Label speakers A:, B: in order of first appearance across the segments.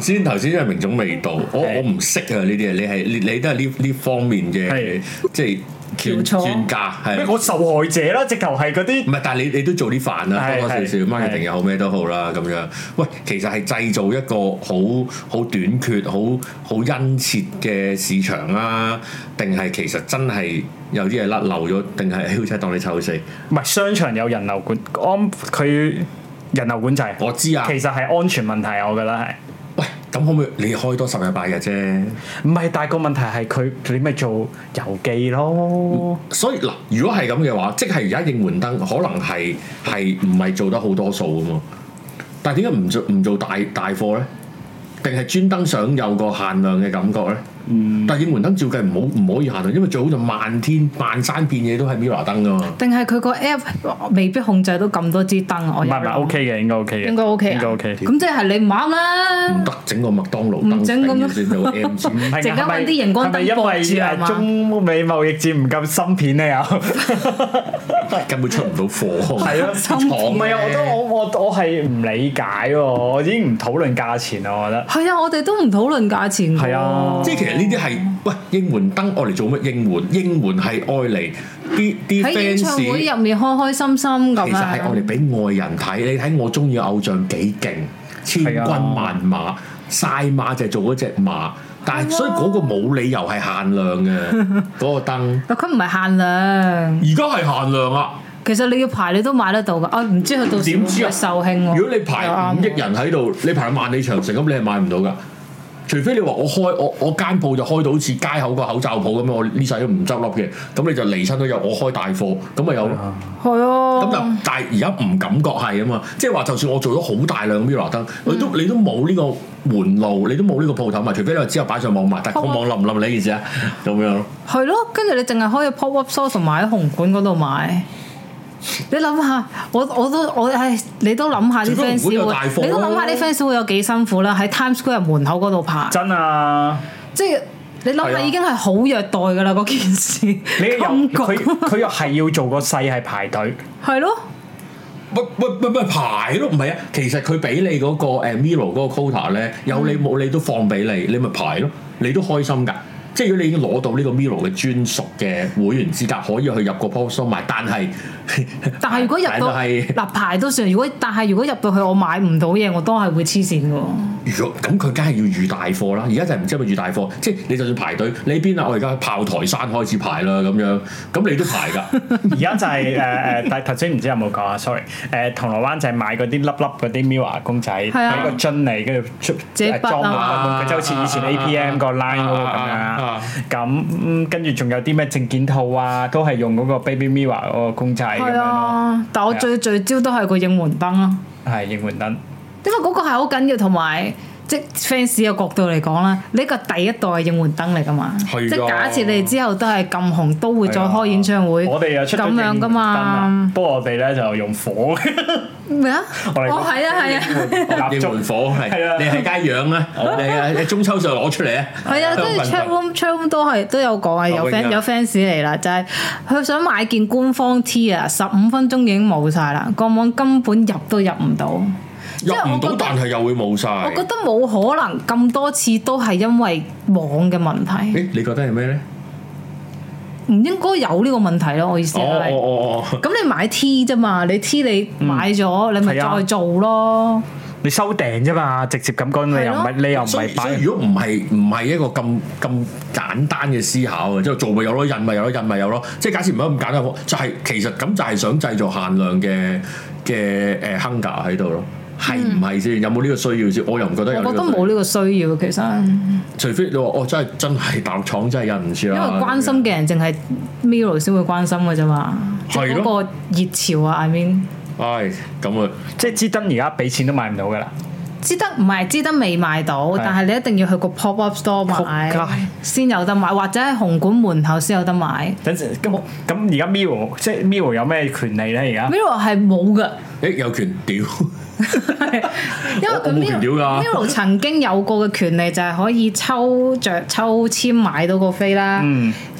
A: 先頭先因為明總未到，我
B: 嗯係
A: 我唔識啊呢啲嘢，你係你你都係呢呢方面嘅
B: 係，
A: 即係專
C: 翹楚
A: 專家係。
B: 我受害者啦，直頭係嗰啲
A: 唔係，但係你你都做啲飯啦，
B: 係
A: 多多少少
B: 係
A: marketing
B: 係
A: 又好咩都好啦咁樣。喂，其實係製造一個好好短缺、好好殷切嘅市場啦，定係其實真係有啲嘢甩漏咗，定係 Q 仔當你臭死？
B: 唔係商場有人流管安，佢人流管制，
A: 我知啊，
B: 其實係安全問題，啊我覺得係。
A: 喂，咁可唔可以你開多十日八日啫？
B: 唔係，但係個問題係佢你咪做郵寄
C: 嗯
B: 咯，
A: 所以嗱，如果係咁嘅話，即係而家應援燈可能係係唔係做得好多數啊嘛？但係點解唔做唔做大大貨咧？定係專登想有個限量嘅感覺咧？
B: 嗯
A: 但係應援燈照計唔好唔可以限量，因為最好就漫天漫山遍野都係 Mirror 燈噶嘛。
C: 定係佢個 app 未必控制到咁多支燈啊？
B: 唔係
C: 我有
B: 唔係
C: 諗
B: OK 嘅，應該 OK 嘅，
C: 應該 OK 啊
B: 應該 OK。
C: 咁即係你唔啱
A: 唔
C: 啦。
A: 得整個麥當勞燈
C: 唔整咁
A: 頂
C: 樣
A: 住先就 M 字。
B: 唔係
C: 陣間
B: 係咪
C: 搵啲熒光燈
B: 係咪因
C: 播
B: 為
C: 住啊係
B: 誒
C: 嘛
B: 中美貿易戰唔夠芯片咧？又
A: 根本出唔到貨。
B: 係咯
C: 芯片
B: 唔係啊！我都我我我係唔理解喎，我已經唔討論價錢啦，我覺得。
C: 係啊，我哋都唔討論價錢㗎喎。
B: 係啊
A: 即係其實呢啲係喂應援燈愛嚟做乜？應援應援係愛嚟啲啲
C: 喺演
A: fans
C: 唱會入面開開心心咁啊
A: 其實係我
C: 樣。
A: 哋俾外人睇，你睇我中意嘅偶像幾勁，千
C: 啊
A: 軍萬馬，晒馬就係做嗰只馬，但係所以嗰個冇理由係限量 嘅嗰個燈，
C: 嗱，佢唔係限量，
A: 而家係限量啊！
C: 其實你要排你都買得到㗎。啊，唔知佢到時
A: 點
C: 會唔
A: 知啊
C: 會售罄喎？
A: 如果你
C: 啊
A: 排五億人喺度，你排萬里長城咁，你係買唔到㗎。除非你話我開我我間鋪就開到好似街口個口罩鋪咁樣，我呢世都唔執笠嘅，咁你就離親都有我開大貨，咁咪有咯。
C: 係
A: 咁
C: 啊。
A: 但但係而家唔感覺係啊嘛，即係話就算我做咗好大量 mirror 燈，
C: 嗯
A: 你都你都冇呢個門路，你都冇呢個鋪頭賣，除非你話之後擺上網賣，但係個網冧唔冧你件事啊？咁樣咯，
C: 係咯，跟住你淨係可以 pop up store 同埋喺紅館嗰度買。你諗下，我我都我唉，你都諗下啲
A: 除非
C: fans
A: 紅館有大貨咯
C: 會，你都諗下啲 fans 會有幾辛苦啦，喺 Times Square 門口嗰度排，
B: 真啊！
C: 即係你諗
A: 係
C: 下
A: 啊
C: 已經係好虐待㗎啦嗰件事，
B: 你又
C: 咁
B: 佢
C: 焗
B: 佢又係要做個勢係排隊，
C: 係咯，
A: 喂喂喂喂排咯，唔係啊，其實佢俾你嗰個誒 mirror 嗰個 quota 咧，有
C: 嗯
A: 你冇你都放俾你，你咪排咯，你都開心㗎。即係如果你已經攞到呢個 mirror 嘅專屬嘅會員資格，可以去入個 pop store 賣，但係
C: 但係如果入
A: 但
C: 到
A: 係
C: 嗱排都算，如果但係如果入到去我買唔到嘢，我都係會黐線㗎喎。
A: 如果咁佢梗係要預大貨啦，而家就係唔知係咪預大貨，即係你就算排隊，你邊啊？我而家喺炮台山開始排啦，咁樣，咁你都排 㗎，
B: 而家就係誒誒，但係頭先唔知有冇講啊？sorry，誒銅鑼灣就係買嗰啲粒粒嗰啲 mirror 公仔，
C: 係啊
B: 俾個樽嚟，跟住出
C: 自己
B: 誒
C: 筆啊
B: 裝
A: 嘛
B: 滿佢，就好似以前 APM 個 line 嗰個咁樣
A: 啊
B: 啦。咁嗯跟住仲有啲咩證件套啊，都係用嗰個 baby mirror 嗰個公仔咁樣
C: 係
B: 咯，
C: 啊，但我最聚焦都係個應援燈咯。
B: 係應援燈。
C: 因為嗰個係好緊要，同埋即係 fans 嘅角度嚟講啦，呢個第一代嘅應援燈嚟噶嘛，
A: 係㗎
B: 啊
C: 即係假設你哋之後都係咁紅，都會再開演唱會，
B: 我哋又出咗
C: 咁樣噶
B: 應援燈啊
C: 嘛，
B: 不過我哋咧就用火，
C: 咩啊？
B: 我哋
C: 哦，係啊，係啊。
B: 蠟
A: 應
B: 燭
A: 門火
B: 係
A: 係，
B: 啊哦
A: 你喺街養啦，你喺中秋就攞出嚟啊，
C: 係啊，跟住 chat room chat room 都係都有講啊，有
A: 我明啊
C: fans 有 fans 嚟啦，就係佢想買件官方 T 啊，十五分鐘已經冇晒啦，個網根本入都入唔到，即係
A: 入
C: 我
A: 唔到
C: 覺，得
A: 但係又會冇晒。
C: 我覺得冇可能咁多次都係因為網嘅問題。
A: 誒，你覺得係咩咧？
C: 唔應該有呢個問題咯，我意思
A: 哦哦嗯
C: 係。
A: 哦哦，
C: 咁你買 T 啫嘛，你 T 你買咗，你咪
B: 係啊
C: 再做咯。
B: 你收訂啫嘛，直接咁講，你又唔係
C: 啊
B: 你又唔
A: 所以
B: 係
A: 所
B: 擺
A: 以。如果唔係唔係一個咁咁簡單嘅思考啊，即係做咪有咯，印咪有咯，印咪有咯，即係假設唔係咁簡單，就係其實咁就係想製造限量嘅嘅誒 hunger 喺度咯，係唔係先？有冇呢個需要先？我又唔覺得有
C: 我
A: 呢
C: 覺得
A: 個需要
C: 冇。呢個需要，其
A: 啊
C: 實，
A: 除非你話哦，真係真係大陸廠真係印唔住
C: 因為
A: 啦。
C: 關心嘅人淨係 Miro 先會關心嘅啫嘛，即係
A: 係
C: 嗰
A: 咯
C: 個熱潮啊，I mean，
A: 唉，咁啊，
B: 即係支燈而家俾錢都買唔到㗎啦，
C: 知得唔係知得未買到，
B: 係
C: 但係你一定要去個 pop up store
B: 仆
C: 買
B: 街
C: 先有得買，或者喺紅館門口先有得買。
B: 等陣咁咁而家 Miro 即係 Miro 有咩權利咧？而家
C: Miro 係冇嘅。
A: 誒有權 屌，
C: 因為
A: 我我冇權
C: 佢 Miro
A: 屌㗎
C: Miro 曾經有過嘅權利就係可以抽着抽籤買到個飛啦，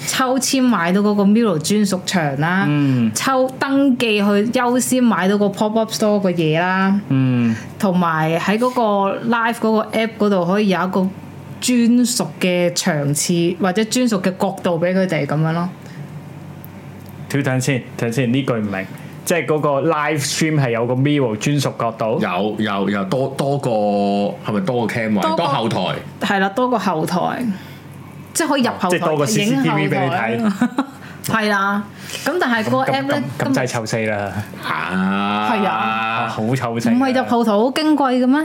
C: 抽籤買到嗰個 Miro 專屬場啦，抽登記去優先買到個 pop up store 嘅嘢啦，
B: 嗯，
C: 同埋喺嗰個 live 嗰個 app 嗰度可以有一個專屬嘅場次或者專屬嘅角度俾佢哋咁樣咯。
B: 睇睇先，睇睇先呢句唔明，即係嗰個 live stream 係有個 mirror 專屬角度。
A: 有有有多多個係咪多個 cam 位
C: 多個
A: 多後台？
C: 係啦，多個後台，即係可以入後
B: 哦即
C: 台
B: 係多個
C: 影後
B: CCTV 俾你
C: 台
B: 睇。
C: 係啦，咁但係個
B: 咁
C: app 咧
B: 咁，咁
C: 今
B: 就
C: 日
B: 係臭死啦，
A: 啊
C: 係
B: 啊
C: 啊
B: 好臭死！
C: 唔係入，後台好矜貴嘅咩？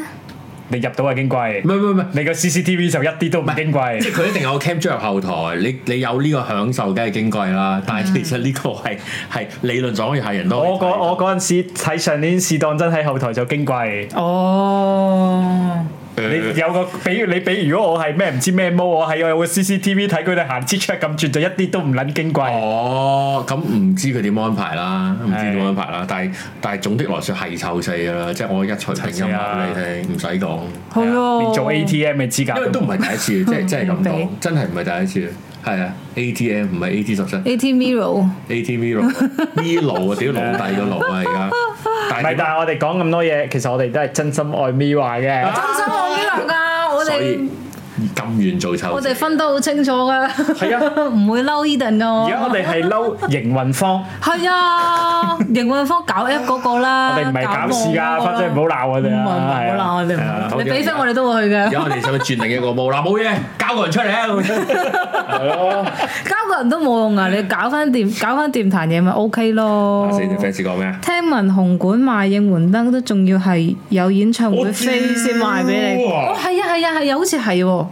B: 你入到係矜
A: 唔
B: 貴，
A: 係唔係唔係。
B: 你個 CCTV 就一啲都唔矜
A: 即
B: 貴。
A: 係佢一定有 cam 追入後台，你你有呢個享受，梗係矜貴啦。但係其實呢個係係理論上可以係人都可以
B: 我嗰
A: 睇
B: 我嗰陣時睇上年試當真喺後台就矜貴。
C: 哦，
A: 誒
B: 你有個比你比，如果我係咩唔知咩毛，我係有個 CCTV 睇佢哋行 check check 咁轉，就一啲都唔撚矜貴。
A: 哦，咁唔知佢點安排啦，唔知點
B: 係
A: 安排啦。但係但係總的來說係臭四㗎啦，即係我一錘定音樂俾你聽，唔使講，
C: 係啊喎，
B: 啊連做 ATM 嘅資格
A: 因為
B: 都
A: 都唔係第一次，即係即係咁
C: 俾
A: 講，真係唔係第一次。係啊，ATM 唔係 AT 十七
C: AT Mirror
A: ，ATV 路 V 路啊，屌奴隸個奴啊，而家
B: 唔係，
A: 但啊
B: 但係我哋講咁多嘢，其實我哋都係真心愛 Miwa 嘅。
C: 真心我呢度㗎，我
A: 所以
C: 哋
A: 咁願做臭
C: 我
A: 四
C: 哋分得好清楚㗎，
B: 係啊，
C: 唔會嬲 Eden 㗎。
B: 而家我哋係嬲營運方，
C: 係啊，營運方搞 app 嗰個
B: 我
C: 啦，
B: 哋唔係搞事㗎，
C: 啊搞我嗰個啦啊
B: 花姐唔好鬧我哋
C: 唔係唔
B: 啊！
C: 好啦，我哋
B: 係
C: 唔好
B: 啊
C: 鬧
A: 好
C: 你俾
A: 有
C: 分我哋都會去
A: 而家
C: 嘅，
A: 我哋使唔使轉另一個冇啦？冇嘢，交個人出嚟啊！咁樣
C: 交個人都冇用啊！你搞翻掂搞翻掂壇嘢咪 OK 咯
A: 阿。四條 fans 講咩啊？
C: 聽聞紅館賣應援燈都仲要係有演唱
B: 啊
C: 會飛先賣俾你，
A: 我知喎
C: 哦係啊係啊係啊，好似係喎，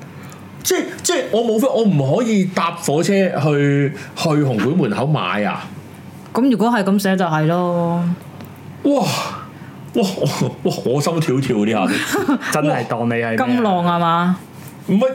A: 即即我冇飛，我唔可以搭火車去去紅館門口買啊！
C: 咁如果係咁寫就係咯，
A: 哇哇 我哇我心跳跳啲下先，
B: 啊真係當你係
C: 咁
B: 咩啊
C: 浪係嘛？
A: 唔係。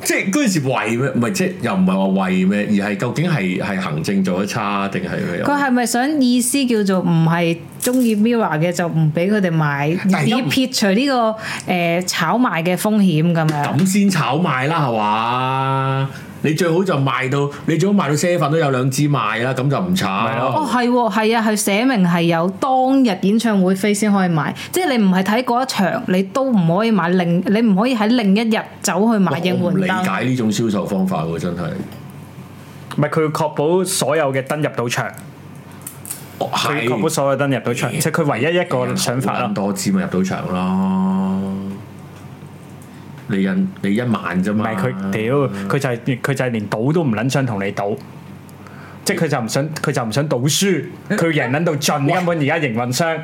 A: 即係嗰陣時為咩？唔係即係又唔係話為咩，而係究竟係係行政做得差定係咩？
C: 佢係咪想意思叫做唔係中意 MIRROR 嘅就唔俾佢哋買，
A: 但係而家
C: 以
A: 唔
C: 撇除呢、個誒、呃炒賣嘅風險咁樣？
A: 咁先炒賣啦，係嘛？你最好就賣到，你最好賣到啡粉都有兩支賣啦，咁就唔
B: 咪
A: 炒
B: 咯。
C: 哦，係喎，係啊，佢寫明係有當日演唱會飛先可以買，即係你唔係睇嗰一場，你都唔可以買另，你唔可以喺另一日走去
A: 哇
C: 買應
A: 我唔理
C: 援燈。
A: 解呢種銷售方法喎，真係。
B: 唔係佢要確保所有嘅燈入到場，
A: 哦
B: 佢要確保所有燈入到場，即係佢唯一一
A: 啊
B: 個想法
A: 咁
B: 啦。
A: 多支咪入到場咯。你印你一萬啫
B: 唔
A: 嘛。
B: 係佢屌，佢就係佢就係連賭都唔撚想同你賭。即係佢就唔想，佢就唔想賭輸，佢贏撚到盡，根本而家營運商。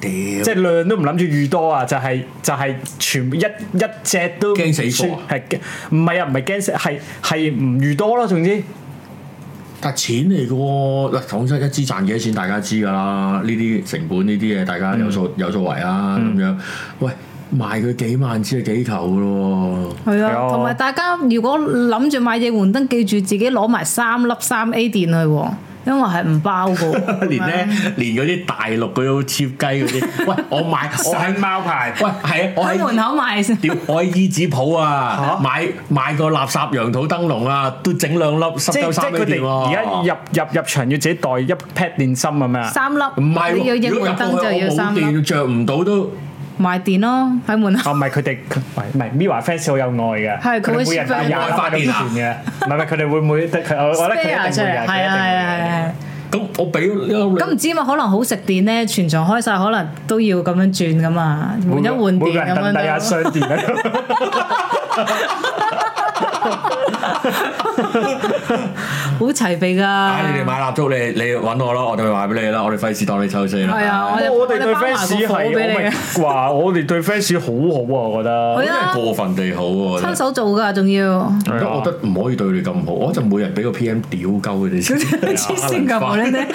A: 屌，
B: 即
A: 即
B: 係量都唔諗住預多啊！就係、就係、全部一一隻都
A: 驚死貨啊
B: 係驚唔係啊？唔係驚死，係係唔預多咯。總之
A: 但係錢嚟嘅喎。嗱，講真，一支賺幾多錢，大家知㗎啦。呢啲成本呢啲嘢，大家有數、有數為啦。咁、樣，喂，賣佢幾萬支係幾球㗎咯喎。。
C: 係
B: 係
C: 啊，
B: 啊
C: 同埋大家如果諗住買應援燈，記住自己攞埋三粒三 A 電去喎，因為係唔包嘅喎
A: 連咧，連嗰啲大陸嗰種切雞嗰啲，喂，我買，我 喺，
B: 貓牌
A: 喂，係 啊，我
C: 喺門
A: 喺。
C: 口買先。
A: 屌！我喺衣紙鋪啊，
B: 嚇
A: 買買個垃圾羊肚燈籠啊，都整兩粒濕
B: 即
A: 鳩
B: 係即
A: 三
B: 係佢
A: 味店
B: 哋
A: 喎。
B: 而家入入入場要自己袋一 pat 電芯咁樣。
C: 三粒，
A: 唔係
C: 你要
A: 喎，
C: 應
A: 如果入
C: 援燈
A: 到
C: 就
A: 去
C: 要
A: 我冇
C: 三粒，
A: 電，着唔到都
C: 買電咯喺門口。
B: 哦，唔係佢哋，唔係 Miwa fans 好有愛嘅，
C: 係佢會
B: 哋每人帶廿
A: 發
B: 塊
A: 電
B: 電
A: 啊
B: 嘅，唔係唔係佢哋會每佢我我覺得佢
C: Spare
B: 一
C: 出
B: 定會
C: 嚟，
B: 嘅，
C: 係啊係啊係啊
B: 佢。
A: 咁我俾一粒你
C: 咁唔知嘛？可能好食電咧，全場開晒，可能都要咁樣轉噶嘛，換
B: 一定會
C: 一
B: 嘅每個
C: 換
B: 每個
C: 電
B: 人
C: 咁
B: 掟第一
C: 樣
B: 箱電喺
A: 啊
B: 度
C: 好齊備
A: 啊！你哋
C: 噶。
A: 買蠟燭，你你揾我咯，我哋買俾你啦，我哋費事當你臭四啦。
C: 係啊， 我哋
B: 我哋對
C: 包埋
B: fans 係
C: 個火俾你嘅，啊
B: 我咪哇！我哋對 fans 好好啊，我覺得。
A: 真
C: 係啊
A: 係過分地好喎，我覺
C: 親
A: 得
C: 手做噶，仲要
A: 我
B: 係啊
A: 覺得唔可以對你咁好，我就每人俾個 PM 屌鳩佢哋 先，
C: 黐線㗎，無端端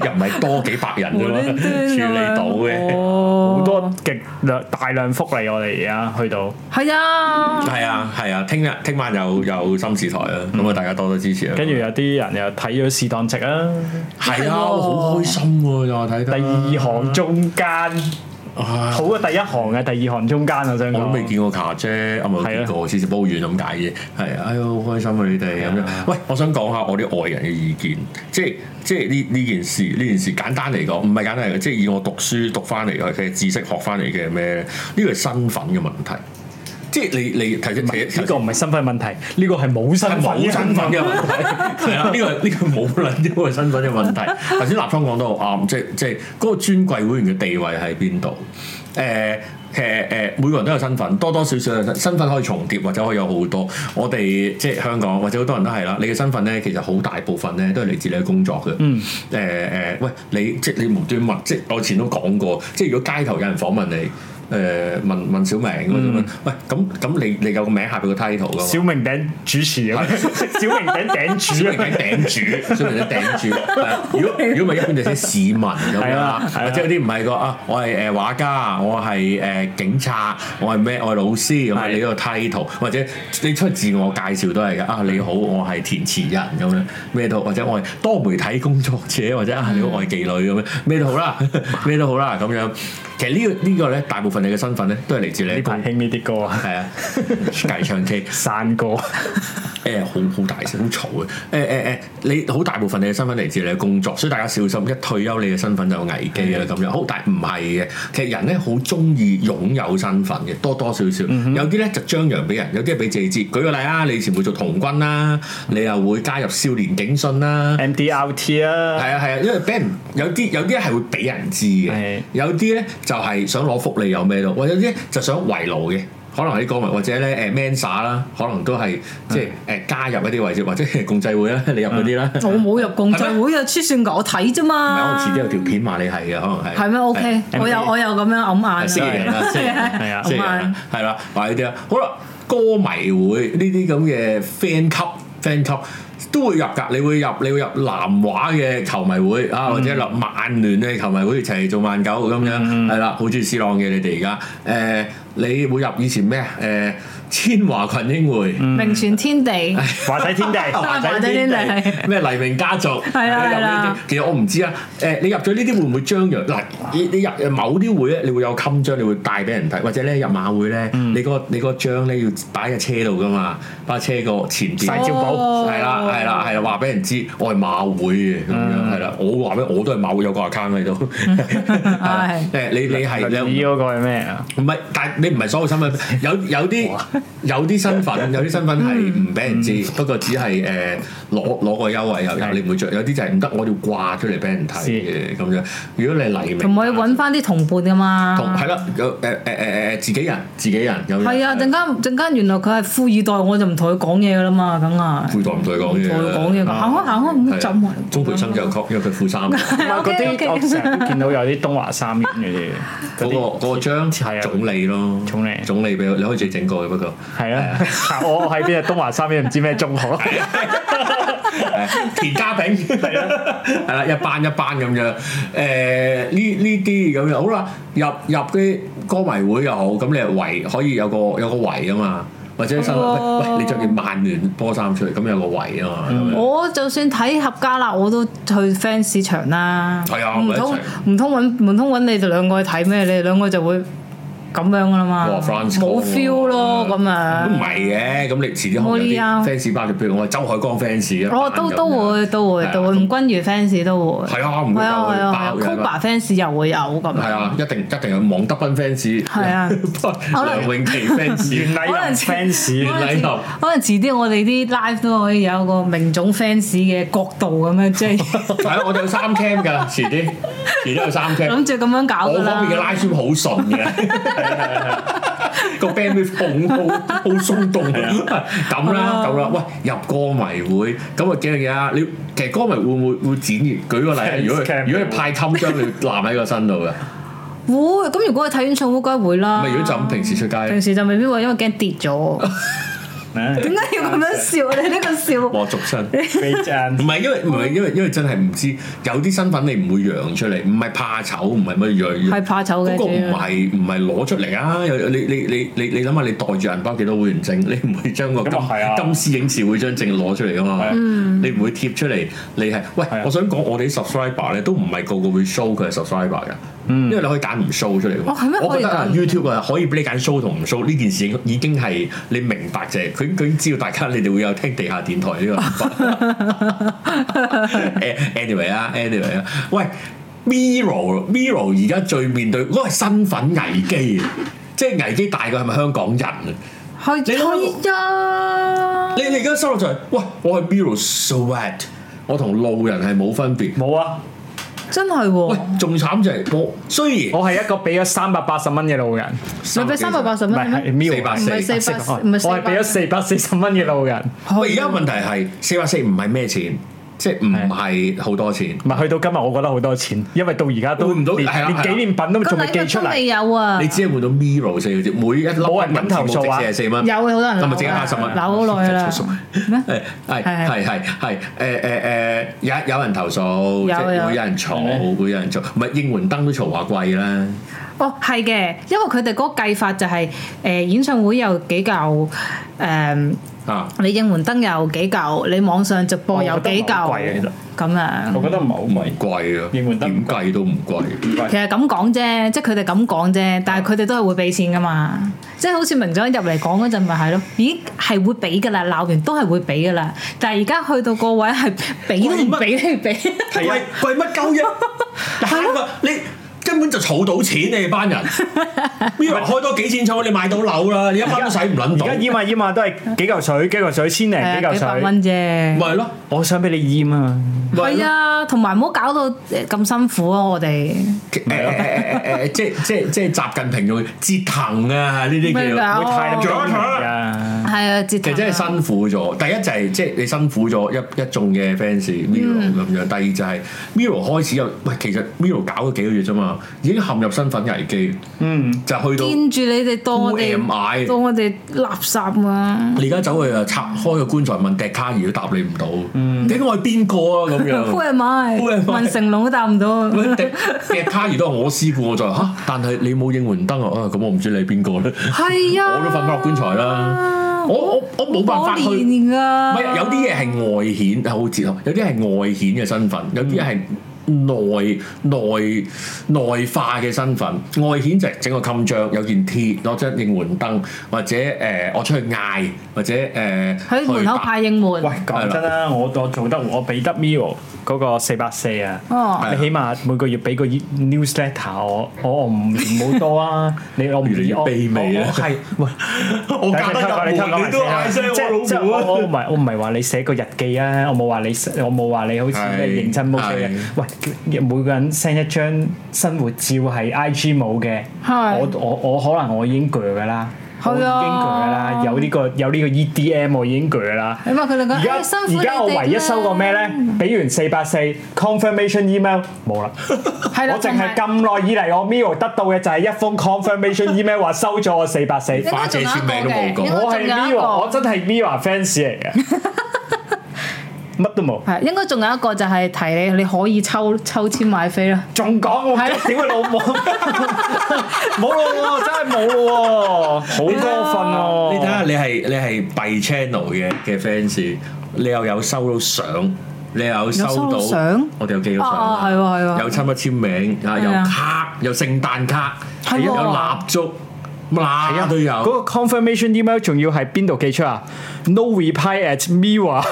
A: 又唔係多幾百人啫
C: 無
A: 嘛，
C: 端
A: 處
C: 端咁樣
A: 理到嘅。
B: 好
C: 哦，
B: 多極量大量福利，我哋而家去到
C: 係啊，
A: 係啊係啊，聽日聽晚有有心事台啊，咁啊大家多多支持啊。
B: 嗯跟住有啲人又睇咗試當值啊，
A: 係啊，
C: 係喎
A: 我好開心喎，又話睇得
B: 第二行中間好嘅第一行嘅第二行中間啊，真
A: 嗯我都未
B: 係。
A: 見過卡姐，啊唔係
B: 係啊
A: 見過，次次煲遠咁解啫。係啊，哎呀，好開心啊你哋咁樣。喂，我想講下我啲外人嘅意見，即係即係呢呢件事呢件事簡單嚟講，唔係簡單嚟講，即係以我讀書讀翻嚟嘅知識學翻嚟嘅咩咧？呢個係身份嘅問題，即係你你提出提
B: 呢個唔係身份問題，呢個係冇身份
A: 冇
B: 嘅
A: 身份嘅問題， 係啊，呢個呢個冇撚呢個身份嘅問題。頭先立昌講得好啱，即係即係嗰個尊貴會員嘅地位喺邊度？誒誒誒，每個人都有身份，多多少少有身身份可以重疊，或者可以有好多。我哋即係香港或者好多人都係啦，你嘅身份咧其實好大部分咧都係嚟自你嘅工作嘅。嗯。誒誒、喂，你即係你無端端問，即係我以前都講過，即係如果街頭有人訪問你。誒、問問小明咁樣，喂咁咁你你有個名下邊個 title 㗎嘛？
B: 小明頂主持咁， 小明頂頂
A: 小
B: 主啊
A: 明頂頂住， 小明頂頂住。係啊 如果如果唔係一般就寫市民咁樣
B: 係
A: 啦
B: 啊，係啊
A: 或者有啲唔係個啊，我係誒畫家，我係誒警察，我係咩？我係老師咁啊，
B: 係
A: 你嗰個 title，或者你出自我介紹都係嘅啊，你好，我係填詞人咁樣咩都，或者我係多媒體工作者，或者啊
B: 嗯
A: 你好，我係妓女咁樣咩都好 啦，咩都好啦咁樣。其實呢個呢個咧，大部分你嘅身份咧都係嚟自你
B: 呢
A: 嘅
B: 排
A: 工
B: 興呢啲歌啊，
A: 係啊， 隔唱 K。
B: 散歌
A: 誒好好大聲，好嘈嘅。誒誒誒，你好大部分你嘅身份嚟自你嘅工作，所以大家小心，一退休你嘅身份就有危機啊啦咁樣。好，但係唔係嘅，其實人咧好中意擁有身份嘅，多多少少。有啲咧就張揚俾人，有啲係俾自己知。舉個例啊，你以前會做童軍啦，你又會加入少年警訊啦。
B: MDRT 啊，
A: 係啊係啊，因為俾人有啲有啲係會俾人知嘅
B: 係，
A: 有啲咧就係想攞福利有咩咯，或者有啲呢就想圍爐嘅。可能係啲歌迷或者咧誒 Mensa 啦，可能都係即係誒加入一啲位置，或者係共濟會啦，你入嗰啲啦。唔係
C: 我冇入共濟
A: 係咩
C: 會啊，黐線㗎，我睇啫嘛。
A: 我遲啲有條片話你係嘅，可能係
C: 係咩？OK，
A: 係
C: 我有我有咁樣揞眼啊
A: 係星期日啦，星期日啦
B: 係啊
A: 星期日啦
C: 好慢，
A: 係啦，話呢啲啦。啊好啦，歌迷會呢啲咁嘅 fan club、fan club 都會入㗎，你會入，你會入南華嘅球迷會
C: 嗯
A: 啊，或者入曼聯嘅球迷會，一齊做曼九咁樣，
C: 嗯
A: 係啦，好中意 C 朗嘅你哋而家誒，你會入以前咩啊？誒，千華群英會。
C: 名傳天地，
B: 華仔天地，
C: 華仔天地
A: 咩黎明家族
C: 係啦
A: 你入呢
C: 係啦
A: 啲，其實我唔知啊。誒，你入咗呢啲會唔會張揚？嗱，你你入某啲會咧，你會有襟章，你會帶俾人睇，或者咧入馬會咧，
C: 嗯
A: 你個你個章咧要擺喺車度噶嘛，擺喺車個前邊。
B: 大招寶
C: 哦
A: 係啦，係啦，係啦，話俾人知我係馬會嘅咁
C: 嗯
A: 樣，係啦，我話俾我都係馬會有個 account 喺 度。係啦 誒，
C: 係
A: 你你係你
B: 你嗰個係咩啊？
A: 唔係，但係你唔係所有身份，有有啲有啲身 份，有啲身份係
B: 嗯
A: 唔俾人知，不過只係誒攞攞個優惠又有，
B: 係
A: 你唔會着。有啲就係唔得，我要掛出嚟俾人睇嘅咁樣。如果你係黎明，
C: 同埋要揾翻啲同伴噶
A: 同
C: 嘛。
A: 係啦，有呃誒誒誒誒自己人，自己人有
C: 係啊，陣
A: 人
C: 間陣間原來佢係富二代，我就唔同佢講嘢噶啦嘛，梗係
A: 配代唔對講
C: 唔
A: 嘢
C: 同佢講嘢，
A: 啦。
C: 行開行開，唔
A: 係嗯
C: 好
A: 啊
C: 浸埋。
A: 鍾培生就有 cop，因為佢 負三，嗰
B: 唔係嗰
C: OK，OK
B: 啲，我成日都見到有啲東華三院嗰啲，嗰
A: 個
B: 啲
A: 嗰個張
B: 係啊
A: 總理咯，
B: 總理
A: 總理俾佢你可以自己整個嘅，不過。
B: 係啊， 我我喺邊啊？東華三院唔知咩中 學，
A: 啊係田家炳 係啊啦，係啦，一班一班咁樣。誒呢呢啲咁樣好啦，入入啲歌迷會又好，咁你係圍可以有個有個圍啊嘛，或者身
C: 哦嗯
A: 喂喂你着件曼聯波衫出嚟，咁有個圍啊嘛。咁樣
C: 我就算睇合家啦，我都去 fans 場啦。
A: 係啊
C: 唔
A: 咪一
C: 通
A: 齊
C: 唔通揾唔通揾你哋兩個去睇咩？你哋兩個就會咁樣噶啦嘛
A: 哇，France 哦嗯
C: 冇 feel 咯
A: 講
C: 咁啊
A: 都唔
C: 樣。
A: 係嘅，咁你遲啲可能
C: 冇理
A: 有啲
C: 啊
A: fans 包，譬如我係周海江 fans 啊，
C: 我都哦都會都會
A: 係啊
C: 都會，吳君如 fans 都會。
A: 係啊唔會
C: 係啊
A: 有
C: 係啊
A: 爆嘅
C: 係啊，Koba fans 又會有咁
A: 係
C: 樣。
A: 啊，一定一定有黃德斌 fans，
C: 係 啊
A: 梁詠琪 fans
B: 袁。麗
C: 可能
B: 人
C: 似
B: fans
A: 原。來
C: 可能遲可能遲啲我哋啲 live 都可以有一個明種 fans 嘅角度咁樣，即 係
A: 係啊，我哋有三 cam 㗎，遲啲遲啲有三 cam。
C: 諗住咁樣搞
A: 我
C: 㗎
A: 方面嘅
C: 啦。
A: 拉酸好順嘅，個 band 會放好好鬆動啊咁
C: 哦
A: 啦咁啦。喂，入歌迷會咁啊幾樣嘢啊！你其實歌迷會唔會會展現？舉個例啊，如果
B: Fans camp
A: 如果係派襟章，你攬喺個身度嘅，啊
C: 會咁如果係睇演唱會，梗係會啦。
A: 咪如果就咁平時出街
C: 平時就未必會，因為驚跌咗。 點解要咁樣笑？你呢個笑
A: 我俗身。
B: Great and
A: 唔係因為唔係因為因為真係唔知有啲身份你唔會揚出嚟，唔係怕醜，唔係乜樣。
C: 係怕醜嘅
A: 嗰個唔
C: 主要
A: 係唔係攞出嚟啊！有你你你你你諗下，你袋住銀包幾多會員證，你唔會將個金
B: 咁啊係啊
A: 金絲影視會張證攞出嚟噶嘛
B: 係啊？
A: 你唔會貼出嚟。你係喂
B: 係啊，
A: 我想講我哋啲 subscriber 咧都唔係個個會 show 佢係 subscriber 嘅，
B: 嗯
A: 因為你可以揀唔 show 出嚟㗎嘛。
C: 哦係咩
A: 我覺得啊
C: 可以揀
A: YouTube 啊可以俾你揀 show 同唔 show 呢件事已經係你明白啫，佢佢已經知道大家你哋會有聽地下電台呢個諗 法。誒 anyway 啊，anyway 啊，喂，Miro，Miro 而家最面對嗰個係身份危機啊，即係危機大過係咪香港人啊？
C: 係
A: 你諗
C: 係啊
A: 你！你而家收落就係，喂，我係 Miro sweat，我同路人係冇分別。
B: 冇啊！
C: 真係
A: 喂
C: 喎，，
A: 仲慘就係我雖然
B: 我係一個俾咗三百八十蚊嘅路人，
C: 你俾三百八十
B: 唔
C: 蚊
B: 係
C: 係
B: 係
C: 咩？
B: Miro
A: 四百
C: 唔係
A: 四
C: 四百，
B: 哦
C: 唔係
B: 我係俾咗
C: 四
B: 四百四十蚊嘅路人，
C: 啊
A: 我而家問題係四百四唔係咩錢，即係唔係好多錢。
B: 唔係去到今日，我覺得好多錢，因為到而家都
A: 換唔到
B: 連
A: 係啊啦係
B: 連
A: 啦
B: 紀念品都
C: 個
B: 仲未
C: 禮
B: 寄
C: 物
B: 出
C: 都
B: 嚟
C: 未。有啊！
A: 你只係換到 Miro 四個字，每一粒
B: 冇人敢投訴啊
A: 四十四蚊
C: 有。嘅好多人
A: 咁咪
C: 扭
A: 即刻
C: 啊
A: 八十蚊，
C: 扭好 耐啦。咩？
A: 係係
C: 係
A: 係係係誒誒誒，有有人投訴，即係會
C: 有
A: 有人嘈，會有人嘈，唔係應援燈都嘈話貴啦，
C: 哦，係嘅，因為佢哋嗰個計法就係、呃演唱會有幾嚿誒、呃
A: 啊，
C: 你應援燈有幾嚿，你網上直播有
B: 我
C: 幾
B: 覺得唔係
C: 嚿
B: 好貴啊，
C: 咁樣。
B: 覺得唔係好
A: 唔貴啊，
B: 應援燈
A: 點計都唔貴。
C: 其實咁講啫，即係佢哋咁講啫，但係佢哋都係會俾錢噶嘛。即係好似明長入嚟講嗰陣，咪係咯，咦係會俾噶啦，鬧完都係會俾噶啦。但係而家去到個位 係俾都唔俾你俾，
A: 貴貴乜鳩 啫？啊係嘛？你根本就儲到錢，你哋班 人 Miro 開多幾錢儲，你買到樓啦，你一蚊都使唔撚
B: 而家
A: 到，
B: 淹啊淹啊都係幾嚿水，幾嚿水千零
C: 係
B: 幾
C: 啊
B: 嚿
C: 幾百
B: 水。
C: 蚊啫。
A: 咪咯，
B: 我想俾你淹啊！
A: 咪咯
C: 係啊，同埋唔好搞到誒咁辛苦啊！我哋
A: 誒誒誒誒，即係即係即係習近平仲折騰啊！呢啲
C: 咩㗎
A: 叫
B: 會太
A: 咗佢
B: 㗎。
C: 係啊，折
A: 其實
C: 騰啊
A: 真係辛苦咗。第一就係即係你辛苦咗一一眾嘅 fans Miro 咁樣，第二就係 Miro 開始有喂，其實 Miro 搞咗幾個月啫嘛，已經陷入身份危機，
B: 嗯，
A: 就去到
C: 見住你哋當我
A: Who am
C: 哋
A: I？
C: 當我哋垃圾啊！
A: 你而家走去啊拆開個棺材問笛卡兒都答你唔到，你解我係邊個啊 咁
C: Who
A: 樣？
C: am I？
A: Who am I？
C: 問成龍都答唔到啊。
A: 喂笛笛卡兒都係我師傅，我就話嚇，但係你冇應援燈啊，啊咁我唔知你係邊個咧，
C: 係啊，
A: 我都瞓翻落棺材啦，我我我冇辦法
C: 可
A: 去。
C: 憐㗎。
A: 唔係有啲嘢係外顯，係好哲學；有啲係外顯嘅身份，有啲係內內內化嘅身份。外顯就係整個襟章，有件 T，攞張應援燈，或者誒、呃我出去嗌，或者誒、呃
C: 喺門口派應門。
B: 喂，講真啦，我我做得我俾得 Miro 嗰個四百四啊。
C: 哦，
A: 係啊
B: 你起碼每個月俾個 newsletter 我，我我唔唔好多啊！ 你我唔
A: 越嚟越
B: 我
A: 卑微啊
B: 我係喂，
A: 我
B: 等陣等陣聽講埋先啊即係即係我我唔係我唔係話你寫個日記啊，我冇話你寫我冇話你好似咩
A: 係
B: 認真冇寫嘅
A: 係。
B: 喂，每個人 send 一張生活照係 IG 冇嘅，
C: 係
B: 我我我可能我已經攰㗎啦，
C: 係啊
B: 我已經攰㗎啦，有呢個有呢個 EDM 我已經攰㗎啦。
C: 因為佢哋講
B: 而家
C: 哎辛苦你
B: 而
C: 哋嗯
B: 家我唯一收過咩咧？俾完四百四 confirmation email 冇啦，
C: 係啦，
B: 我淨係咁耐以嚟我 mail 得到嘅就係一封 confirmation email 話收咗我四百四。
C: 應該仲有一個嘅
A: 花姐簽名都冇講
C: 應
B: 我係
C: 該仲有
B: m i
C: 一
B: r 我
C: 個
B: 真係 m i r fans 嚟 嘅，乜都冇。
C: 係應該仲有一個就係提你，你可以抽抽籤買飛啦。
B: 仲講我屌佢老 母，冇咯喎，真係冇咯喎，好過分喎！
A: 你睇下，你係你係閉 channel 嘅嘅 fans，你又有收到相，你又有收
C: 有收到
A: 到
C: 相
A: 我哋有寄咗相啦
C: 哦係喎係喎
A: 有親筆簽名啊，
C: 係
A: 有
C: 啊
A: 卡，有聖誕卡，
C: 係喎
A: 有蠟燭，
B: 係
A: 嗱
B: 啊
A: 都有。
B: 嗰個 confirmation email 仲要係邊度寄出啊？No reply at mirror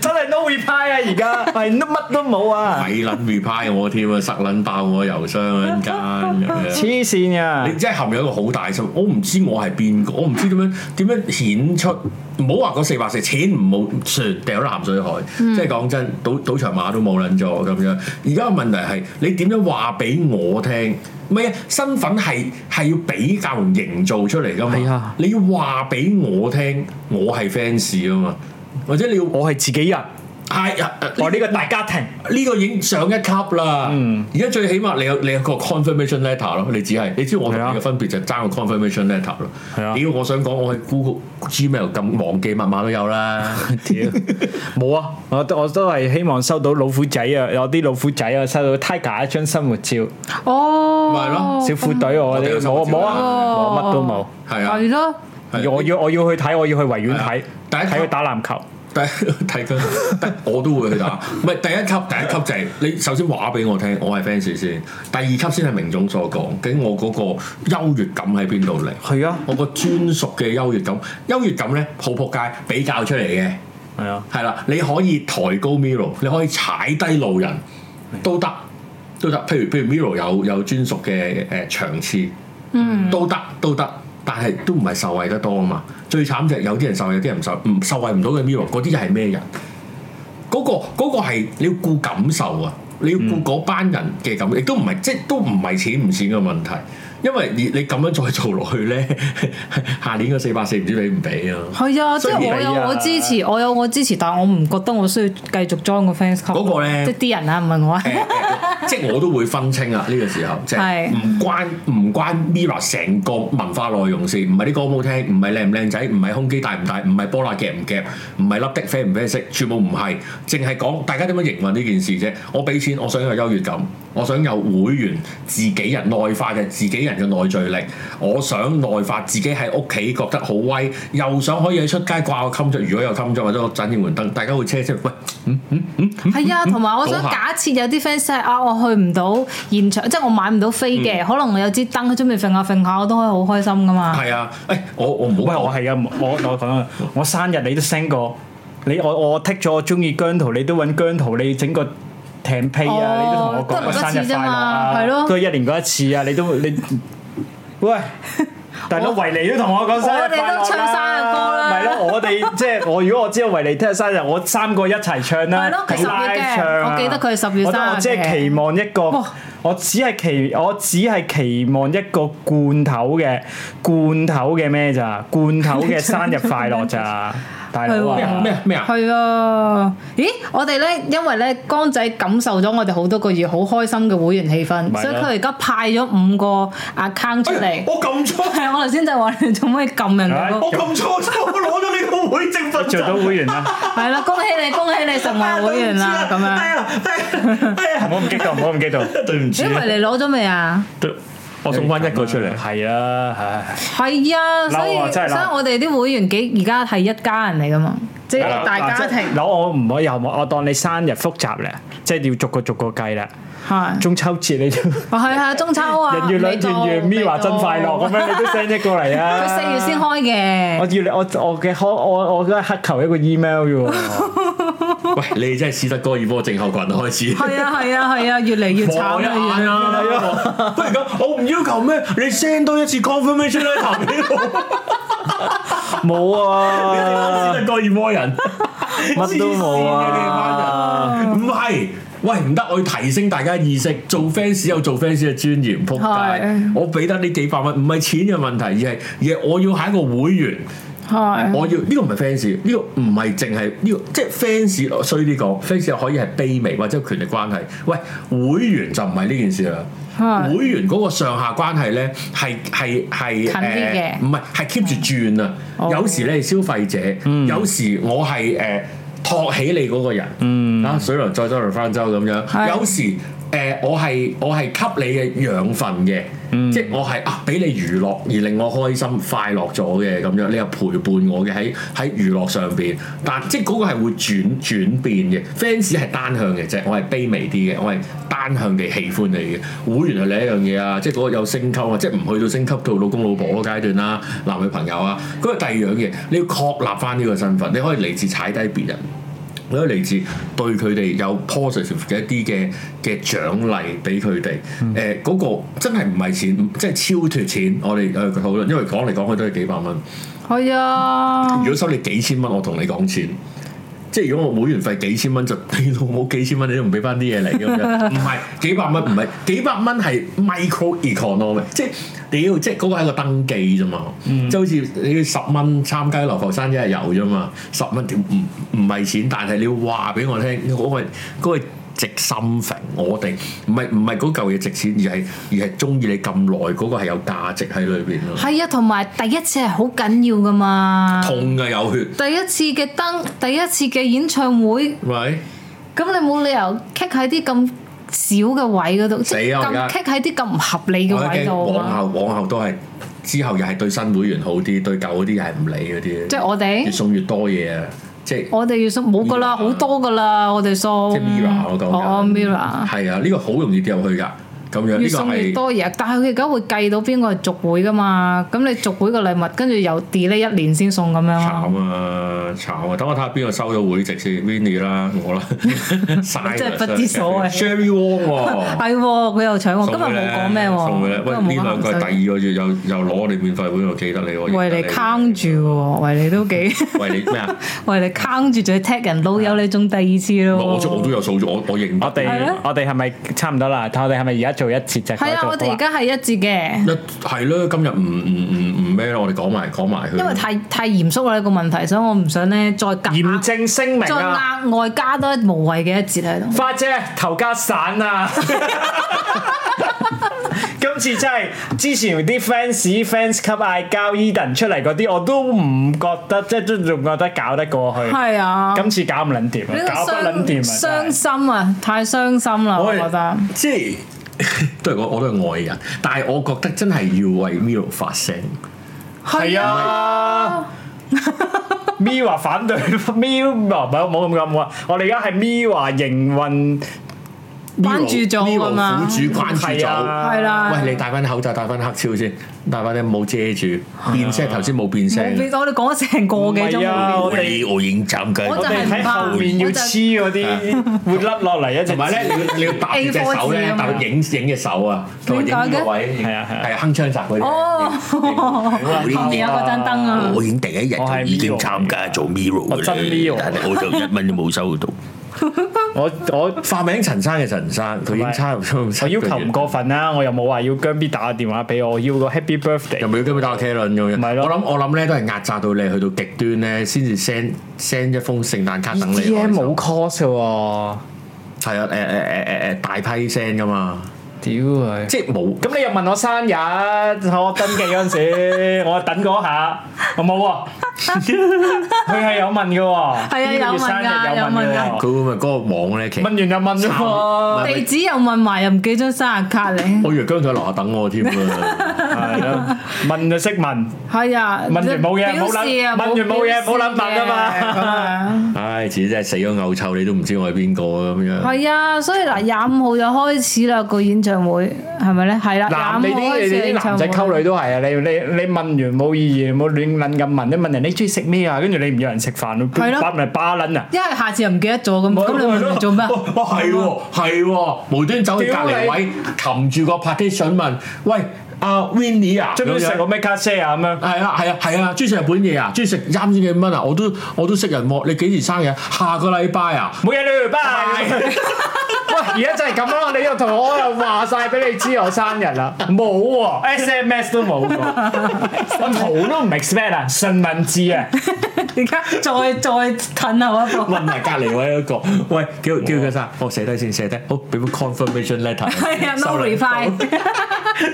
B: 真係 no reply 啊！而家係乜都冇啊！
A: 咪撚 reply 我添啊，塞撚爆我郵箱啊！間咁樣，
B: 黐線啊！
A: 你真係含有一個好大心，我唔知我係邊個，我唔知點樣點樣顯出，唔好話嗰四百四錢唔好算掉咗鹹水海，即係講真，賭賭場馬都冇撚咗咁樣。而家個問題係你點樣話俾我聽？唔係啊，身份係係要比較同營造出嚟噶
B: 係
A: 嘛，
B: 啊
A: 你要話俾我聽，我係 fans 啊嘛，或者你要
B: 我係自己人，
A: 係啊啊
B: 我呢個大家庭，
A: 呢個已經上一級啦。
B: 嗯
A: 而家最起碼你有你有個 confirmation letter 咯，你只係你知我同
B: 係啊
A: 你嘅分別就爭個 confirmation letter 咯。
B: 係啊
A: 屌，我想講我喺 Google Gmail 咁忘記密碼都有 啦。
B: 屌，冇啊！我我都係希望收到老虎仔啊，有啲老虎仔啊，收到 Tiger 一張生活照，
C: 哦，
A: 咪係咯
B: 小虎隊我
A: 我哋
B: 哋
A: 有生活
B: 冇
A: 照
B: 冇啊，冇
C: 哦
B: 乜都冇。
A: 係啊
C: 係咯，
A: 係
B: 哎我要我要去睇，我要去維園睇，
A: 係啊第一
B: 睇佢打籃球。
A: 但係睇緊，但係我都會去打。唔係第一級，第一級就係你首先話俾我聽，我係 fans 先。第二級先係明總所講，究竟我嗰個優越感喺邊度嚟？
B: 係啊，
A: 我個專屬嘅優越感，優越感咧好仆街，比較出嚟嘅。
B: 係啊，
A: 係啦，你可以抬高 Miro，你可以踩低路人都得，都得。譬如譬如 Miro 有有專屬嘅誒場次，嗯，都得都得，但係都唔係受惠得多啊嘛。最慘就係有啲人受惠，有啲人唔受，唔受惠唔到嘅 Miro，嗰啲又係咩人？嗰、個嗰、個係你要顧感受啊，你要顧嗰班人嘅感，亦都唔係即都唔係錢唔錢嘅問題。因為你你咁樣再做落去咧， 下年嗰四百四唔知俾唔俾啊？
C: 係啊，即
A: 雖然
C: 係我有我支持，我有我支持，但我唔覺得我需要繼續 join 個 fans club。
A: 嗰個咧
C: 即係啲人啊，唔係我啊
A: 誒。誒即係我都會分清啊！呢、個時候即係
C: 係
A: 唔關唔關 Mirror 成個文化內容事，唔係啲歌好聽，唔係靚唔靚仔，唔係胸肌大唔大，唔係波罅夾唔夾，唔係粒的啡唔啡色，全部唔係，淨係講大家點樣營運呢件事啫。我俾錢，我想有優越感，我想有會員自己人內化嘅自己人嘅內聚力，我想內化自己喺屋企覺得好威，又想可以喺出街掛個襟着，如果有襟着或者個盞應援燈，大家會車車喂。
C: 係啊，同埋我想
A: 倒下
C: 假設有啲 fans 係啊，我去唔到現場，即係我買唔到飛嘅，可能我有支燈喺出面揈下揈下，我都可以好開心噶嘛。
A: 係啊，誒、我我唔
B: 喂，
A: 好講
B: 我係啊，我我講啊，我生日你都 send 過，你我我剔咗我中意姜濤，你都揾姜濤，你整個。艇屁啊！你都同我
C: 哦
B: 講
C: 都係
B: 生
C: 嗰
B: 日
C: 一次
B: 快樂
C: 啫嘛
B: 啊
C: 係，咯
B: 都係一年嗰一次啊！你都你， 喂，大佬維尼都同我講生日快樂啦
C: 我哋都唱生日歌啦
B: 咪咯， 我哋即係我如果我知道維尼聽日生日，我三個一齊唱啦，
C: 係咯
B: 好
C: 佢十
B: live
C: 月嘅
B: 唱啊
C: 我記得佢係十月
B: 我覺得我即
C: 生日
B: 係
C: 嘅
B: 期望一個
C: 哇，
B: 我只係期我只係期望一個罐頭嘅罐頭嘅咩咋？罐頭嘅生日快樂咋？大佬
C: 係
B: 啊
C: 喎！
A: 咩啊咩啊！
C: 係啊，咦？我哋咧，因為咧，江仔感受咗我哋好多個月好開心嘅會員氣氛，
B: 咪咯
C: 所以佢而家派咗五個 account 出
A: 哎呀
C: 嚟。
A: 我撳錯，
C: 係、我頭先就話你做咩撳人哋嗰個
A: 我撳錯咗，我攞咗你個會證份
B: 做到
A: 證。
B: 會員啦，
C: 係啦，恭喜你，恭喜你成為會 員啦，
A: 哎
C: 咁樣。
A: 呀，哎呀哎
B: 唔
A: 呀，
B: 好咁激動，唔好咁激動。
A: 對唔住
C: 因為你攞咗未啊？
A: 我送翻一個出嚟。
B: 係啊，唉，
C: 係啊，所以
B: 嬲啊
C: 所
B: 真係嬲
C: 以我哋啲會員幾而家係一家人嚟噶嘛，即係大家
B: 嗱
C: 庭
B: 即係嗱我唔可以又我當你生日複雜咧，即係要逐個逐個計啦。
C: 係。
B: 中秋節你都人
C: 啊哇係啊，中秋啊，
B: 月兩圓
C: 月
B: 月咪話真快樂咁樣，你都 send 一個嚟啊！
C: 佢四月先開嘅
B: 我。要你我我嘅可我我嘅乞求一個 email 啫喎，
A: 喂，你真係斯德哥爾摩症候群開始。
C: 係啊係啊係啊，越嚟越
A: 望
C: 慘
A: 一眼
C: 啦！
A: 啊！不如咁， 我唔要求咩，你 send 多一次 confirmation letter 俾我。
B: 冇啊，
A: 斯德哥爾摩人，
B: 乜都冇啊，
A: 唔係。喂，唔得，我要提升大家意識，做 fans 有做 fans 嘅尊嚴，仆街
C: 係！
A: 我俾得呢幾百蚊，唔係錢嘅問題，而係而係我要係一個會員。
C: 係
A: 我要呢、個唔係 fans，呢個唔係淨係呢個，即係 fans 衰啲講，fans 又可以係卑微或者有權力關係。喂，會員就唔係呢件事啦。
C: 係
A: 會員嗰個上下關係咧，係係係
C: 近啲
A: 誒
C: 嘅
A: 唔係係 keep 住轉啊！
C: 哦嗯
A: 有時你係消費者，有時我係誒、托起你嗰個人，
C: 嗯
A: 啊水輪再周輪翻周咁樣，
C: 係
A: 有時誒、我係我係給你嘅養分嘅，即係我係啊俾你娛樂而令我開心快樂咗嘅咁樣，你又陪伴我嘅喺喺娛樂上邊，但即係嗰個係會轉轉變嘅，fans 係單向嘅啫，我係卑微啲嘅，我係單向地喜歡你嘅，會員係另一樣嘢啊，即係嗰個有升級啊，即係唔去到升級到老公老婆嗰階段啦，男女朋友啊，嗰個第二樣嘢，你要確立翻呢個身份，你可以嚟自踩低別人。你可以嚟自對佢哋有 positive 嘅一啲嘅嘅獎勵俾佢哋，誒嗰、個真係唔係錢，即係超脱錢。我哋誒討論，因為講嚟講去都係幾百蚊。
C: 係啊
A: 如，果收你幾千蚊，我同你講錢，即係如果我會員費幾千蚊就你老母幾千蚊你都唔俾翻啲嘢嚟咁樣，唔係幾百蚊唔係幾百蚊係 micro economic，即係屌即係嗰個係一個登記啫嘛，即係好似你要十蚊參加流浮山一日遊啫嘛，十蚊屌唔唔係錢，但係你要話俾我聽嗰個嗰個。值心揈，我哋唔係唔係嗰嚿嘢值錢，而係而係中意你咁耐嗰個係有價值喺裏邊咯。
C: 係啊，同埋第一次係好緊要噶嘛。
A: 痛嘅有血，
C: 第一次嘅燈，第一次嘅演唱會，
A: 喂，
C: 咁你冇理由棘喺啲咁少嘅位嗰度，即係
A: 死啊我而家
C: 咁棘喺啲咁唔合理嘅
A: 我
C: 位
A: 驚
C: 度啊
A: 往
C: 嘛。
A: 後往後都係之後又係對新會員好啲，對舊嗰啲又係唔理嗰啲。
C: 即係我
A: 越
C: 哋，
A: 送越多嘢啊！即係
C: 我哋要送冇噶啦，
A: Mirror 啊
C: 好多噶啦，我哋送。
A: 即係 Mirror 我講緊
C: 哦，Mirror。
A: 係啊，呢個好容易跌入去㗎。咁樣
C: 越
A: 呢
C: 送越
A: 個係
C: 多嘢，但係佢而家會計到邊個係續會噶嘛？咁你續會個禮物，跟住又 delay 一年先送咁樣啊？
A: 慘啊慘啊！等我睇下邊個收咗會籍先，Vinny 啦， 我啦，嘥
C: 真係不知所謂
A: Sherry Wong 喎。
C: 係喎，佢又搶我，今
A: 送佢
C: 日冇
A: 咧
C: 講咩喎？
A: 送佢咧，喂，
C: 今日
A: 呢
C: 冇講
A: 兩個係
C: 鹹水
A: 第二個月又又攞我哋免費會，我記得你喎。
C: 為
A: 認
C: 你
A: 得
C: 坑住喎，為你都幾，
A: 喂你咩啊？
C: 為你坑住仲要踢人老友，你中第二次咯喎。
A: 我我都有數咗，我我認得
B: 我哋
C: 係啊
B: 我哋係咪差唔多啦？睇我哋係咪而家做一節就
C: 係啊，我哋而家係一致嘅，
A: 一係咯，今日唔唔唔唔咩咯，我哋講埋講埋佢。
C: 因為太太嚴肅啦呢個問題，所以我唔想咧再
B: 嚴
C: 夾
B: 正聲明
C: 再
B: 啊！
C: 額外加多一無謂嘅一節喺度。
A: 嗯
B: 花姐頭家散啊！ 今次真係之前啲 fans fans 級嗌交 Eden 出嚟嗰啲，我都唔覺得，即係都仲覺得搞得過去。
C: 係啊，
B: 今次 Ờ, 搞唔撚掂
C: 呢
B: 啊，搞
C: 個
B: 不撚掂
C: 傷
B: 啊！真
C: 傷
B: 係
C: 心啊，太傷心啦，我
A: 哋
C: 覺得。
A: 即係都係我 我都係外人，但係我覺得真係要為 Miro 發聲。
B: 係，啊。Mira
C: 啊
B: 反對 Mira 唔好冇咁講啊！我哋而家係 Mira 營運
C: 關注組啊
A: Miro
C: 嘛
A: 苦主關注
B: 係
A: 組。
B: 啊
C: 係啦。
A: 喂，你戴翻口罩，戴翻黑超先，戴翻啲冇遮住，變聲頭先冇變
C: 冇
A: 聲
C: 變。我哋講咗成個幾
B: 唔係啊
C: 鐘，
B: 我哋
A: 我影斬緊
C: 我就係
B: 你
C: 唔
B: 睇
C: 怕
B: 後面要黐嗰啲 會甩落嚟啊一隻
A: 同埋咧，你要你要搭住隻手
C: A4 字
A: 咧
C: 啊，嘛
A: 搭影影隻手啊，同埋影呢個位，
B: 係啊係啊
A: 係啊，鏗鏘集嗰啲。
C: 哦
A: 我
C: 後面有嗰盞燈啊，
A: 已經第一日
B: 就已經參
A: 加做 Miro
B: 我真 Miro 但
A: 係我就一蚊都冇收到。
B: 我我
A: 化名陳生嘅陳生，佢已經差唔多
B: 我
A: 七
B: 要
A: 個
B: 求
A: 月
B: 唔過分啦，我又冇話要姜 B 打個電話俾我，我要個 Happy
A: 又
B: Birthday。
A: 咪要今日打個車輪咁樣。
B: 咪咯
A: 我諗我諗咧都係壓榨到你去到極端咧，先至 send send 一封聖誕卡等你開
B: D
A: 心。
B: M 冇 cost 嘅喎，
A: 係啊，誒誒誒誒誒大批 send 噶嘛，
B: 屌佢！
A: 即係冇。
B: 咁你又問我生日，我登記嗰陣時， 我等嗰下，我冇喎。 佢係有問嘅喎，
C: 係啊
B: 呢個
C: 有
B: 月
C: 問
B: 生日
C: 㗎
B: 有問
C: 有
B: 嘅
C: 問
B: 喎，
A: 佢會咪嗰個網咧，其實
B: 問完就問啫喎。
C: 地址又問埋，又唔記張生日卡你。
A: 我以為姜佢喺樓下等我添 啊！
B: 係咯，問就識 問，
C: 係啊，
B: 問完冇嘢
C: 表示啊
B: 冇諗問完冇嘢冇諗法㗎嘛
C: 表示嘅咁啊
A: 唉，自己真係死咗嘔臭，你都唔知我係邊個啊咁樣。
C: 係啊，所以嗱廿五號就開始啦個演唱會，係咪咧？係啦，
B: 男你
C: 廿五號
B: 啲
C: 開
B: 你
C: 始
B: 啲
C: 演唱
B: 男
C: 會
B: 仔溝女都係啊！你你你問完冇意義，冇亂撚咁問，你問人你中意食咩啊？跟住你唔約人食飯，
C: 係咯
B: 巴咪巴撚啊！
C: 因為下次又唔記得咗咁，咁你
B: 咪
C: 問
B: 咯
C: 嚟做咩？
A: 哇哇哦係喎係喎，無端走去隔離位，擒住個 partition 問：喂，阿 Winnie 啊，
B: 中唔中意
A: 咁樣
B: 食個咩卡西啊？咁樣
A: 係啊係啊係啊，中意食日本嘢啊，中意食三千幾蚊啊，我都我都識人喎。你幾時生日啊？下個禮拜 啊？
B: 冇嘢啦，拜拜。 喂，而家就係咁咯，你又同我又話晒俾你知我生日啦，冇喎，SMS 都冇喎， 我圖都唔 expect 啊，純文字啊，
C: 而家再再褪後一步。
A: 問埋隔離位嗰個，喂，叫叫佢生，我寫低先寫低，好俾個 confirmation letter，
C: 係啊
A: 收
C: à, ，no
A: 禮
C: reply。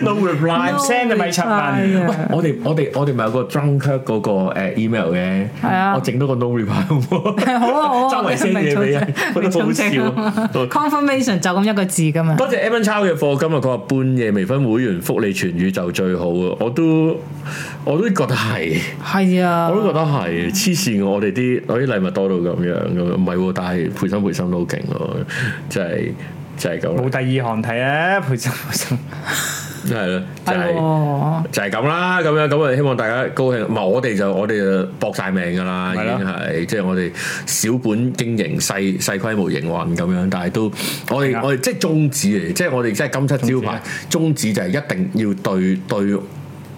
A: no reply。
B: send 你咪柒問
C: à.
A: 喂，我哋我哋我哋咪有個 drunk 嗰個誒 email 嘅，
C: 係啊
A: 我整多個 no reply 好唔好？
C: 係好啊好啊，
A: 周圍 send 嘢俾人，覺得好笑。
C: Confirmation 就咁一個字㗎嘛。
A: 多謝 Evan 抄嘅課金啊！佢話半夜微醺會員福利全宇宙最好啊！我都我都覺得係，
C: 係啊
A: 我，都覺得係黐線嘅！我哋啲我啲禮物多到咁樣咁樣，唔係喎，但係培生培生都好勁咯，就係就係咁
B: 冇
A: 啦，
B: 第二行睇啊，培生培生，
A: 係咯，就係。
C: 係喎。
A: 就係咁啦，咁樣咁啊，希望大家高興。唔係我哋就我哋就搏晒命㗎啦，已
B: 係啦
A: 經係即係我哋小本經營、細細規模營運咁樣，但係都我
B: 係
A: 哋
B: 啊
A: 我哋即係宗旨嚟，即係我哋即係金漆招牌宗旨就係一定要對對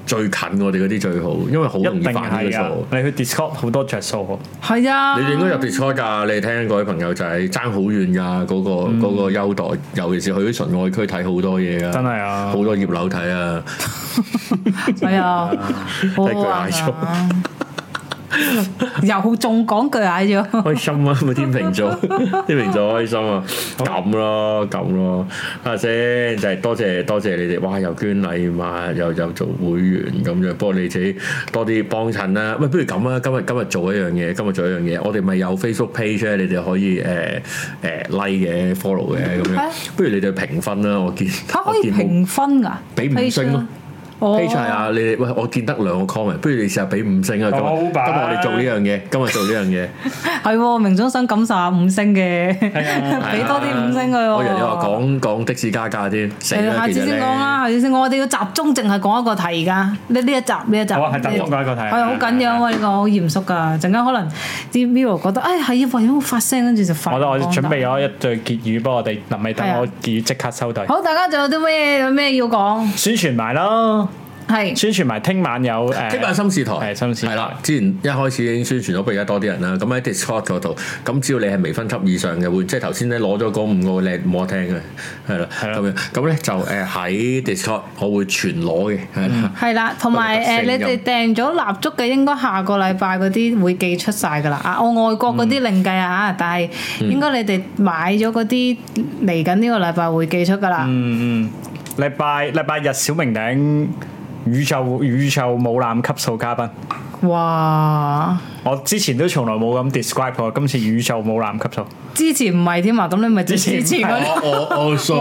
A: 最近我哋嗰啲最好，因為好容
B: 一
A: 易
B: 定
A: 犯呢個
B: 係
A: 數
B: 啊。！你去 Discord 好多着數
C: 係啊，
A: 你哋應該入 Discord 㗎，你聽各位朋友仔爭好遠㗎，嗰、個嗰個優待，尤其是去啲純愛區睇好多嘢㗎，
B: 嗯真係啊
A: 好多葉樓睇啊！
C: 係啊，好好玩
A: 睇 佢
C: 啊！又仲講句嗌咗，
A: 開心啊！咪天秤 座，天秤座開心啊！咁咯，咁咯，睇下先，就係多謝多謝你哋，哇！又捐禮物，又又做會員咁樣，不過你自己多啲幫襯啦。喂，不如咁啊，今日今日做一樣嘢，今日做一樣嘢，我哋咪有 Facebook page 咧，你哋可以誒誒、like 嘅 follow 嘅咁
C: 係
A: 樣
C: 啊。
A: 不如你哋評分啦，我見
C: 嚇可
A: 我
C: 以
A: 見冇
C: 評分㗎，
A: 俾五星咯。
C: 哦
A: page 係啊，你哋喂，我見得兩個 comment，不如你試下俾五星啊！今日今日
B: 好
A: 我
B: 吧
A: 哋做呢樣嘢，今日做呢樣嘢。
C: 係喎，明總想感受下五星嘅，
A: à.
C: 俾多啲五星佢喎。
A: 啊我人哋話講講的士加價添，死
C: 係啊
A: 啦！
C: 下
A: 其實
C: 次先
A: 咧
C: 講，啦，下次先講。我哋要集中，淨係講一個題㗎。呢呢一集呢一集，
B: 好啊係集中講一個題
C: 係啊好緊要啊！呢個好嚴肅㗎。陣間可能啲 Miro 覺得，哎係啊，為咗發聲，跟住就發。
B: 我。我我準備。咗一對結語，不過我哋臨尾等
C: 係啊
B: 我結語即刻收隊。
C: 好，大家仲有啲咩有咩要講？
B: 宣傳埋啦，
C: 係
B: 宣傳埋聽晚有誒，
A: 哦聽晚心事台
B: 係心事台
A: 係啦，之前一開始已經宣傳咗，不過而家多啲人啦。咁喺 Discord 嗰度，咁只要你係微分級以上嘅，會即係頭先咧攞咗嗰五個靚冇我聽嘅，係啦，
B: 啦
A: 咁樣咁咧就誒喺 Discord 我會全攞嘅，係
B: 嗯
A: 啦，
C: 係啦，同埋
A: 我哋
C: 誒，
A: 特
C: 你
A: 聲音
C: 哋訂咗蠟燭嘅，應該下個禮拜嗰啲會寄出晒㗎啦。啊，我外國嗰啲另計啊嚇，但係應該你哋買咗嗰啲嚟緊呢個禮拜會寄出㗎啦。
B: 嗯嗯，禮拜禮拜日小明頂宇宙宇宙武艦級數嘉賓，
C: 哇！
B: 我之前都從來冇咁 describe 過，今次宇宙武艦級 數，
C: 之前唔係添啊嘛，咁你咪之
B: 前
C: 前嗰啲。
A: 我我傻，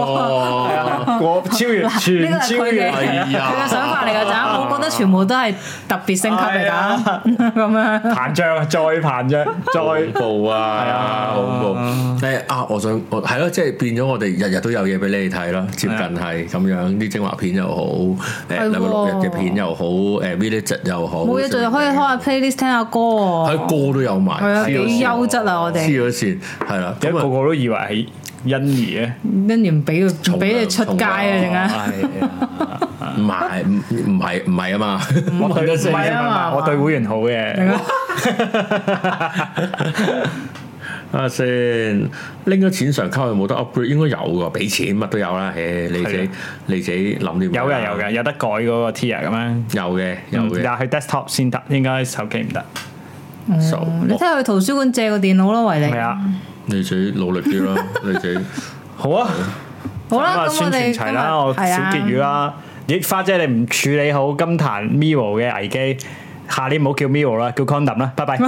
B: 我超 越
C: 呢個
B: 全
C: 係
B: 超
C: 佢嘅
B: 越。
A: 哎呀
C: 佢嘅想法嚟㗎咋，我覺得全部都係特別升級嚟㗎，咁樣。
B: 膨脹，再膨脹，
A: 恐
B: 再
A: 怖啊！
B: 係啊
A: 恐怖！誒啊！我想我係咯，即係變咗我哋日日都有嘢俾你哋睇啦，接近係啊咁樣啲精華片又好，誒
C: 係喎
A: 禮拜六日嘅片又好，誒 village 又好，
C: 冇嘢做就可以開下 playlist 聽下歌
A: 喺
C: 喎。
A: 歌都有埋，
C: 係啊，
A: 黐咗
C: 幾
A: 線
C: 優質啊！我哋
A: 黐咗線，係啦，
B: 有
A: 咁
B: 個
A: 啊
B: 個都以為係 E 啊欣宜咧，
C: 跟住唔俾佢，
A: 重
C: 唔俾你出街啊！陣
A: 啊
C: 間
A: 唔係唔唔係唔係啊嘛，
B: 我對唔
C: 係
B: 係
C: 啊嘛
B: 我對會員好嘅，
A: 啊先拎咗錢上卡有冇得 upgrade？應該有㗎，俾錢乜都有啦，誒你自
B: 係
A: 己
B: 啊
A: 你自己諗啲
B: 有嘅有嘅，有得改嗰個 tier 咁樣，
A: 有嘅有
B: 嗯
A: 嘅。
B: 但係 desktop 先得，應該手機唔得，
A: 傻
C: 你睇下去圖書館借個電腦咯，為你
B: 係。啊，
A: 你自己努力啲啦，你自己
B: 好啊，
C: 好
B: 咁
C: 啦，
B: 啊
C: 咁我
B: 宣傳
C: 哋今
B: 齊
C: 日
B: 啦，我小
C: 係啊
B: 結語啦，咦花姐你唔處理 好金壇 Miro 嘅危機，下年唔好叫 Miro 啦，叫 Condom 啦，拜拜。